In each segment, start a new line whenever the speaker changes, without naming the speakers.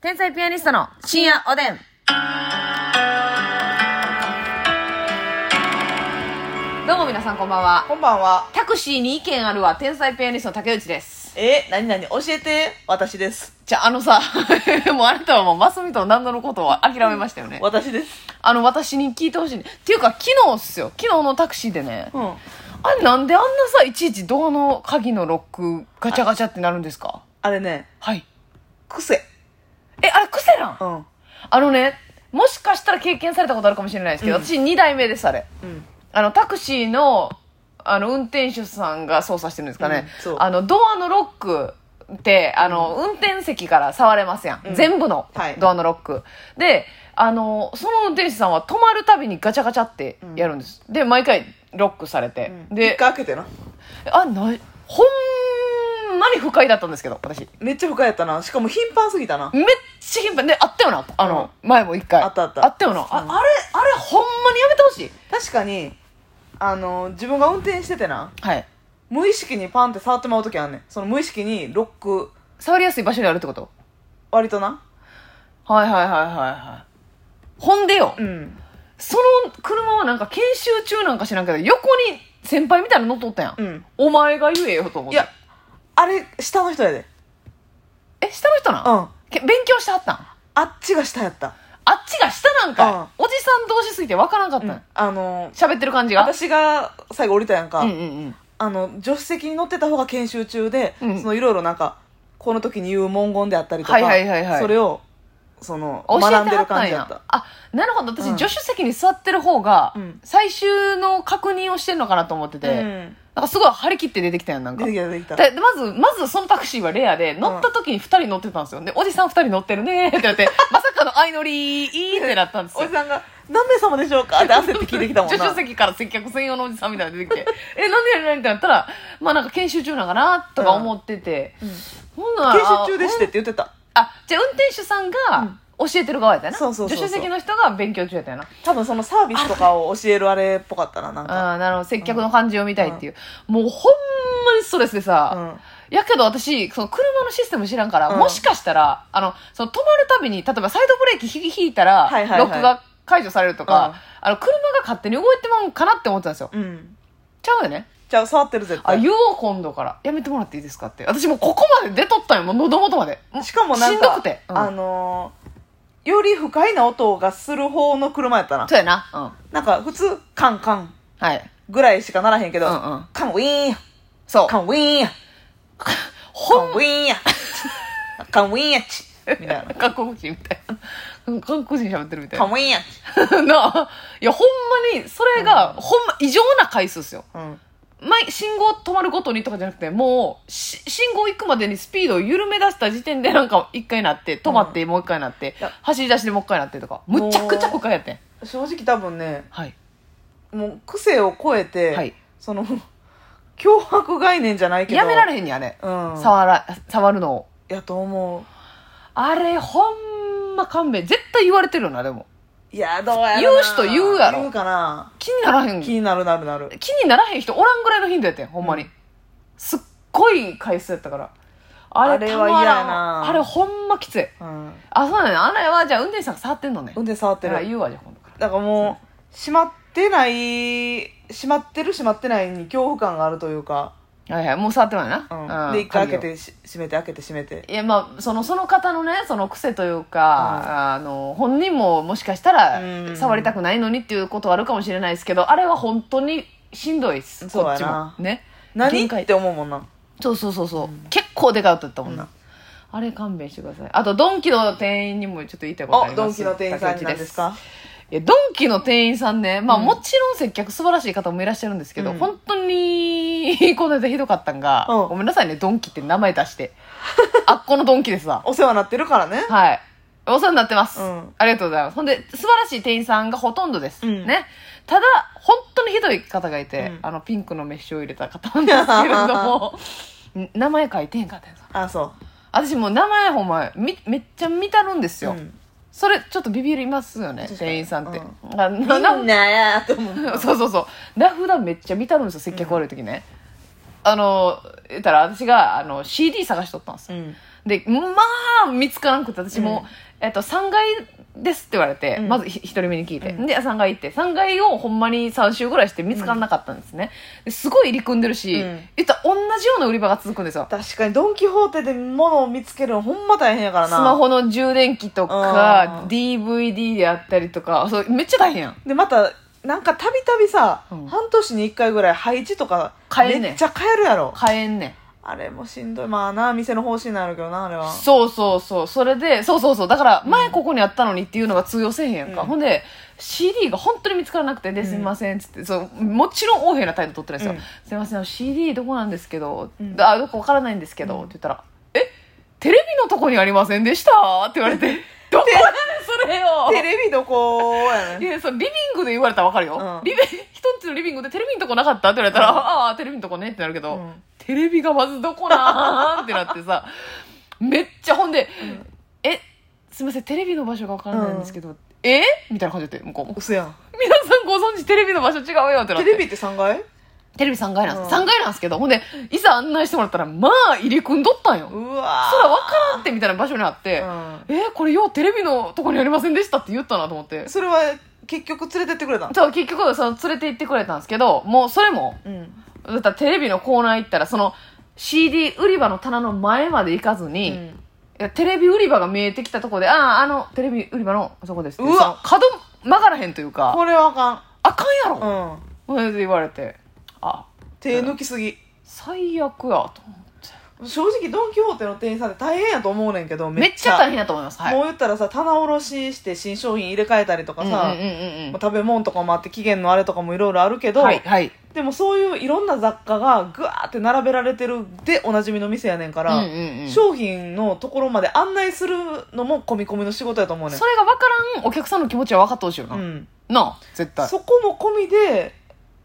天才ピアニストの深夜おでん。どうも皆さんこんばんは。
こんばんは。
タクシーに意見あるわ、天才ピアニストの竹内です。
え、なになに教えて。私です。
じゃあ、あのさ、 もうあなたはもうマスミと何度のことを諦めましたよね。
私です。
あの、私に聞いてほしいね。っていうか、昨日っすよ。昨日のタクシーでね。
うん。
あれなんであんなさ、いちいちドアの鍵のロックガチャガチャってなるんですか
あれね、
はい。
癖。
え、あれ癖なん
うん。
あのね、もしかしたら経験されたことあるかもしれないですけど、
うん
私2代目です、あれ。
うん。
あの、タクシーの、あの、運転手さんが操作してるんですかね
うん。そう
あの、ドアのロックって、あの、運転席から触れますやん。
うん
全部の
はい
ドアのロック。で、あの、その運転手さんは止まるたびにガチャガチャってやるんです。で、毎回ロックされて。
で、一
で、
回開けてな。
あ、ない、ほんまに不快だったんですけど、私。
めっちゃ深やったな。しかも頻繁すぎたな。
めっちゃ頻繁であったよなあの、前も一回
あったあった
あったよな、あ
うん
あれあれほんまにやめてほしい
確かに、あの、自分が運転しててな、
はい
無意識にパンって触ってまうときあんねん。その無意識にロック、
触りやすい場所にあるってこと
割とな。
はいはいはいはいはいほんでよ、
うん。
その車はなんか研修中なんか知らんけど横に先輩みたいなの乗っとったやん、
うん。
お前が言えよと思って
いや、あれ、下の人やで。
え下の人なん、
うん。
け勉強してはったん
あっちが下やった。
あっちが下なんかい、おじさん同士すぎてわからんかったん、
あの、
喋ってる感じが
私が最後降りたやんか。
うんうんうん
あの助手席に乗ってた方が研修中で、
うん
そのいろいろなんかこの時に言う文言であったりとか、
はいはいはいはい
それをその
教えて
学んで
は
る
った
感
ん
じだ
や
った
あなるほど私、
うん
助手席に座ってる方が
うん
最終の確認をしてんのかなと思ってて、
うん
なんかすごい張り切って出てきたやんなん
出
か
てきた出てきた
ででまずまずそのタクシーはレアで乗った時に2人乗ってたんですよ、でおじさん2人乗ってるねーって言 ってまさかの相乗りいいってなったんです
お
よ
じさんが「何名様でしょうか?」って焦って聞いてきたも ん
助
な
手席から接客専用のおじさんみたいなの出てきて「えなんでやらない?」ってなったらまあなんか研修中なんかなとか思ってて、
うん
ほんなら
研修中でしてって言ってた
あじゃあ運転手さんが教えてる側やったよな、
そうそうそうそう
助手席の人が勉強中やったよな
多分そのサービスとかを教えるあれっぽかったななんか
ああ、なるほど。接客の感じを見たいっていう。もうほんまにストレスで
う
さ。
ん
やけど私、その車のシステム知らんから、
うん
もしかしたら、あの、その止まるたびに、例えばサイドブレーキひ引いたら、
はいはいはい
ロックが解除されると
うん
か、あの、車が勝手に動いてまうんかなって思ってたんですよ。
うん
ちゃうよね。
じゃあ触ってる絶
あ、
対
言おう、今度から。やめてもらっていいですかって。私もうここまで出とったんよ。もう喉元まで。もう
しかもな
し
んか
んどくて。うん
あのーより不快な音がする方の車やったな
そうやな。う
なんか普通カンカン
ん。はい。
ぐらいしかならへんけど、
うんうん
カンウィーン
そう。
カンウィーンカ
ほん
ンウィー ンやカンウィーンやっちみたいな。
韓国人みたいな。韓国人喋ってるみたいな
カン。ウィーンやっち
なあいやほんまにそれが、ほんま異常な回数ですよ
うん。
毎信号止まるごとにとかじゃなくてもうし信号行くまでにスピードを緩め出した時点でなんか一回なって止まってもう一回なって、
いや
走り出しでもう一回なってとかむちゃくちゃ不快やってん
正直多分ね、
はい
もう癖を超えて、
はい
その、 脅迫概念じゃないけど。
やめられへんねんあれ、
うん。
触ら触るのを
やと思
あれほんま勘弁絶対言われてるよなでも
う。いや、どうやろな
言う人言うやろ
言うかな。
気にならへん
気になるなるなる。
気にならへん人おらんぐらいの頻度やってんほんまに、
うん
すっごい回数やったからあれ
あれ
た
は
まら
嫌や
ん
な
あれほんまきつい
うん。
あそうなのあれはじゃあ運転手さんが触ってんのね
運転触って
あ
る。
言うわじゃあ今度から
だからもう、閉まってない、閉まってる閉まってないに恐怖感があるというか。
はいはいもう触ってないな、
うん。
うん
で、一回開け
鍵を
てし閉めて開けて閉めて。
いやまあそのその方のねその癖というか、
う
あの本人ももしかした
う
ら
ん
触りたくないのにっていうことはあるかもしれないですけどあれは本当にしんどいっす
そう
こっ
や
ちも
な
ね
何
限界
って思うもんな
そうそうそうそう、結構でかい音やったもんな、
うん
あれ勘弁してくださいあとドンキの店員にもちょっと言いたいことあ
あ
ります
ドンキの店員さんなんですか
いやドンキの店員さんね、まあ、
うん
もちろん接客素晴らしい方もいらっしゃるんですけど、
うん
本当にこの間ひどかったんが、
うん
ごめんなさいねドンキって名前出して あっこのドンキですわ
お世話になってるからね
はいお世話になってます、
うん
ありがとうございますほんで素晴らしい店員さんがほとんどです、
うん
ねただ本当にひどい方がいて、
うん
あのピンクのメッシュを入れた方なんですけれど もん名前書いてへんかったんです
あそ
私もう名前ほんまみめっちゃ見たるんです
う、
よ、
ん、
それちょっとビビりますよね
確かに
店員さんって、
う
あなな
みんなやと思 う
そうそうそうラフだめっちゃ見たるんですよ接客悪い時ね、あの言ったら私があの CD 探しとったんです
う
よ、
ん
でまあ見つからんくて私も、えっと、3階ですって言われて、
うん
まずひ一人目に聞いて、
うん
で3階行って3階をほんまに3周ぐらいして見つからなかったんですね、ですごい入り組んでるし、
うん
言ったら同じような売り場が続くんですよ
確かにドン・キホーテで物を見つけるのほんま大変やから
ス
な
マホの充電器とか
うん
DVD であったりとかそうめっちゃ大変やん
でまたなんかたびたびさ、
うん
半年に1回ぐらい配置とか
変えんねん
めっちゃ変えるやろ
買えんねん
あれもしんどいまあな店の方針なんやろうけどなあれは
そうそうそうそれでそうそうそうだから前ここにあったのにっていうのが通用せえへんやんか、
うん
ほんで CD が本当に見つからなくて「で
うん
すみません」っつってそうもちろん横柄な態度取ってるんですよ
うん
「すみません CD どこなんですけど、
うん
あどこわからないんですけど」
うん
って言ったら「えテレビのとこにありませんでした」って言われて「 どこやねんそれよ」
テレビどこや
い
ね
やそうリビングで言われたらわかるよ、
うん
リビ 人んちのリビングでテレビのとこなかったって言われたら、
うん
ああテレビのとこねってなるけど、
うん
テレビがまずどこなんってなってさ めっちゃほんで、
ん
えすみませんテレビの場所がわからないんですけど、えみたいな感じで向こうも
嘘やん
皆さんご存知テレビの場所違うよってなって
テレビって3階
テレビ3階なんです、
うん
3階なんですけどほんでいざ案内してもらったらまあ入り組んどったんよ、
うわ
そらわからんってみたいな場所にあって、
ら
えこれようテレビのとこにありませんでしたって言ったなと思って
それは結局連れてってくれたの
そう結局その連れて行ってくれたんですけどもうそれも
うん
だったらテレビのコーナー行ったらその CD 売り場の棚の前まで行かずに、いやテレビ売り場が見えてきたとこであああのテレビ売り場のそこですって
うわ
その角曲がらへんというか
これはあ
あかんやろ、
かんう
そ
ん
れで言われてあ
手抜きすぎ
最悪やと思って
正直ドン・キホーテの店員さんって大変やと思うねんけど
めっちゃ大変やと思いますはい
もう言ったらさ棚卸しして新商品入れ替えたりとか
うんうん
さ、
うん
もう食べ物とかもあって期限のあれとかもいろいろあるけ
うん
ど、
はいはい
でもそういういろんな雑貨がぐわーって並べられてるでおなじみの店やねんか
うん
ら、
うんうんそ
商品のところまで案内するのも込み込みの仕事やと思うねん
れが分からんお客さんの気持ちは分かってほしいよな、
うん、
なあ絶対
そこも込みで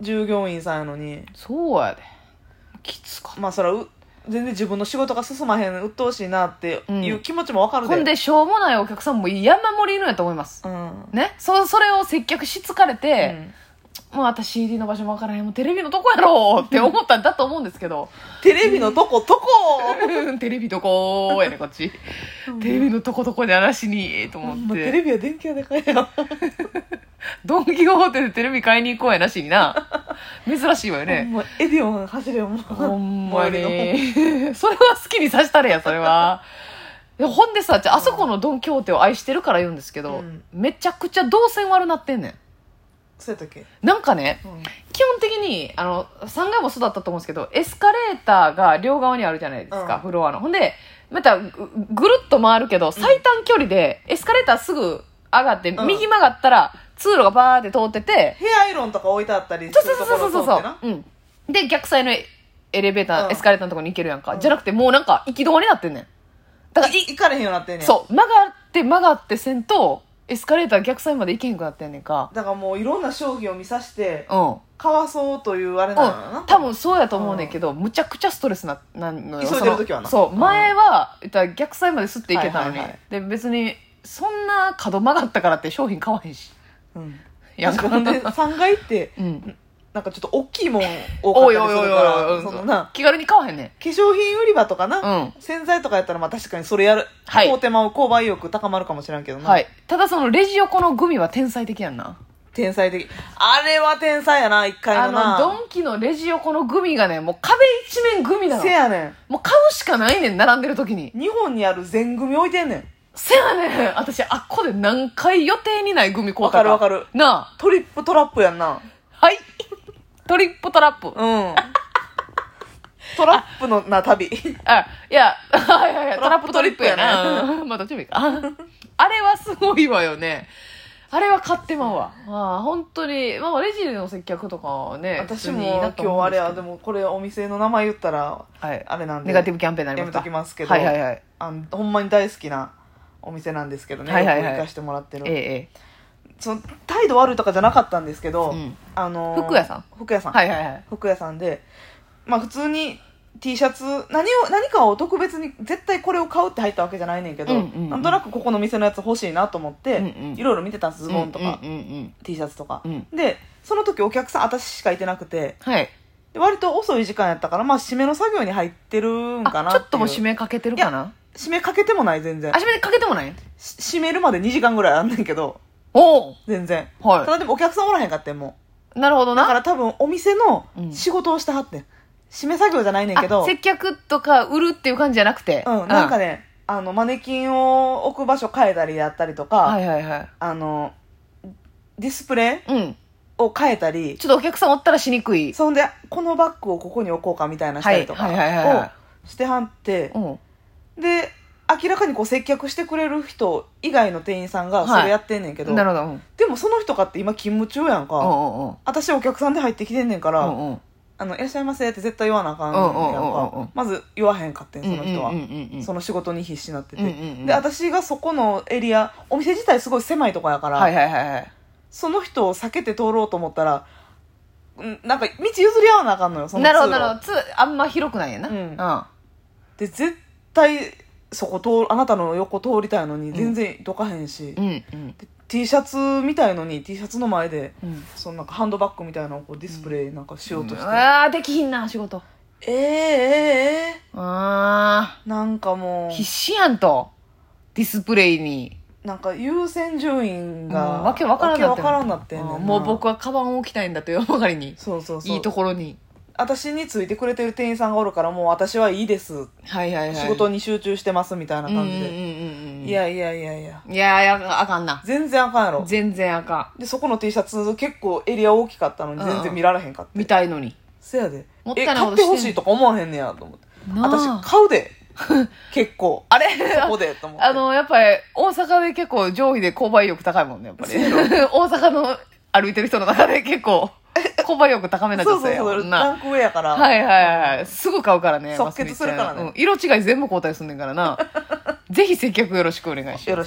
従業員さんやのに
そうやできつかった
まあそらう全然自分の仕事が進まへん鬱陶しいなっていう気持ちもわかるで、
ほ
うんん、
でしょうもないお客さんも山盛りいるんやと思いますねそそれを接客しつかれて、
うん
もう私 CD の場所もわからへんもうテレビのとこやろうって思ったんだと思うんですけど
テレビのとことこ、
うんテレビどこやねこっちテレビのとことこで話しにと
ほん
思っ
まテ
て
レビは電気屋で買えよ
ドン・キホーテでテレビ買いに行こうやなしにな珍しいわよ
ほ
ね
んまエディオン走れよもう
ほんまにそ
最寄り
れは好きにさしたれやそれはいやほんでさじゃああそこのドン・キホーテを愛してるから言うんですけど、
うん
めちゃくちゃ動線悪なってんねん
そうやったっけ、
なんかね
うん
基本的にあの3階もそうだったと思うんですけどエスカレーターが両側にあるじゃないですか、
うん
フロアのほんでまたぐぐるっと回るけど最短距離でエスカレーターすぐ上がって、
うん
右曲がったら通路がバーって通ってて、
ヘアアイロンとか置いてあったり
そうそ
する
う
と
そう
こ
そ
ろ
う
通
そ
っ
う
て
そう
な
うん、で逆サイのエエレベーター、
うん
エスカレーターのところに行けるやんか、
うん
じゃなくてもうなんか行き止まりになってんねんだからい
行かれへんようになってんねん
そう曲がって曲がってせんとエスカレーター逆サイまで行けへんくなってんねんか
だからもういろんな商品を見さして
うん
買わそうというあれなのかな、
うん、多分そうやと思うねんけど、むちゃくちゃストレスななんのよ
急いでる時はな
そのそう
うん
前は、言ったら逆サイまですっていけたのに、
はいはいはい
で別にそんな角曲がったからって商品買わへんし
うん、
やんか
なんで3階って
うん、
なんかちょっと大きいもん多かっ
おい
た
お
り
い
す
おい
るか
おい
ら
うん
そのな
気軽に買わへんね
化粧品売り場とかな、
んうん
洗剤とかやったらまあ確かにそれやる、
はい
買うてまう購買意欲高まるかもしれんけどな、
はい、ただそのレジ横のグミは天才的やんな
天才的あれは天才やな1階
あ
のな
のドンキのレジ横のグミがねもう壁一面グミなの
せやね
もう買うしかないねん並んでる時に
ん日本にある全組置いてんねん
せやねん私あっこで何回予定にないグミ買
わ
うた
かるわか
る
る
なあ
トリップトラップやんな
はいトリップトラップ
うんトラップのな旅
あ、いや、はいはいはい、
ト
トラ
ラッ
ッ
プ
プ
ト
ト
リ
リッ
ッ
プ
プや
や
な
な。 まあ、どっちもいいか。あれはすごいわよね。あれは買ってまうわ。まあ、本当に、まあ、レジの接客とかはね、
私
普通にいい
も
な
今
と
日
思う
あ
んで
れ
す
や
け
で
ど、
もこれお店の名前言ったら
はい。
あれなんで
ネガティブキャンペーンになり
や
ま
め
した。
ときますけど、
はいはいはい。
あのほんまに大好きなお店なんですけどね、
はいはいはい
よく行かしてもらってる、
ええ、え
その態度悪いとかじゃなかったんですけ
え。
ど、
うん。
あのー
服屋さん
服屋さん、
はいはいはい。
服屋さんでまあ普通に T シャツ何を何かを特別に絶対これを買うって入ったわけじゃないねんけど、
うんうんうん
なんとなくここの店のやつ欲しいなと思って、
うんうん
いろいろ見てたんですズボンとか、
うんうんうん
T シャツとか
う、ん。うん。
でその時お客さん私しかいてなくて
はい。
で割と遅い時間やったからまあ締めの作業に入ってるんかな
あ、ちょっともう締
め
めかけてるかな
締めかけてもない全然
足めかけてもない
し締めるまで2時間ぐらいあんねんけど
おお
全然た
は
だでもお客さんおらへんかってんも
いなるほど
うだか
な
ら多分お店の
うん
仕事をしてはってん締め作業じゃないねんけど
あ接客とか売るっていう感じじゃなくて
うん、なんかね、あの、マネキンを置く場所変えたりだったりとか、
はいはいはい
あの、ディスプレイ
うん
を変えたり、
ちょっとお客さんおったらしにくい
そんで、このバッグをここに置こうかみたいなしたりとか
はいはいはいはいは
をしてはって
う、ん
で、明らかにこう接客してくれる人以外の店員さんが
はい
それやってんねんけど、
なるほどうん
でもその人かって今勤務中やんか、
うんうんうん
私お客さんで入ってきてんねんから、
うんうん
あの、いらっしゃいませって絶対言わなあかんやんか、
うんうんうんうん
まず言わへんかってん、その人は。
うんうんうんうん
その仕事に必死になってて、
うんうんうん
で私がそこのエリアお店自体すごい狭いとこやから、
はいはいはいはい
その人を避けて通ろうと思ったらうんなんか道譲り合わなあかんのよその
なるほど
通路
なるほどつあんま広くないやな
うん
う
で絶対そこ通あなたの横通りたいのに全然どかへんし、
んうんうん
で T シャツみたいのに T シャツの前で
うん
そのなんかハンドバッグみたいなのをこうディスプレイなんかしようとして、
ああできひんな仕事
えー、え
あ
ー、なんかも
あ
う
必死やんとディスプレイに
なんか優先順位が
うんわけわからんなってんの
わけわからんなってんねんな
もう僕はカバンを置きたいんだというばかりに
そうそうそう
いいところに
私についてくれてる店員さんがおるからもう私はいいです、
はいはいはい
仕事
に
に集中してますみたいな感じで、
い
い
や
やいやいやいや
いやいやあかんな
全然あかんやろ
全然あか
でそこの T シャツ結構エリア大きかったのに全然見られへんかっ
ん
た、
見たいのに
せやで
もったい
え
ない
買
こ
っ
としてん
てほしいとか思わへんねやと思って私
なあ
買 うで結構
あれ
そこでと思って
あのやっぱり大阪で結構上位で購買意欲高いもんねやっぱり 大阪の歩いてる人の中で結 構購買意欲高めな
そう
女
そう
性やも
そ
ん
うラ
な
ンク上やから、
はいはいはいすぐ買うからね
即決するからね
マス ミちゃんうん色違い全部交代すんねんからなぜひ接客よろしくお願いします
よろしく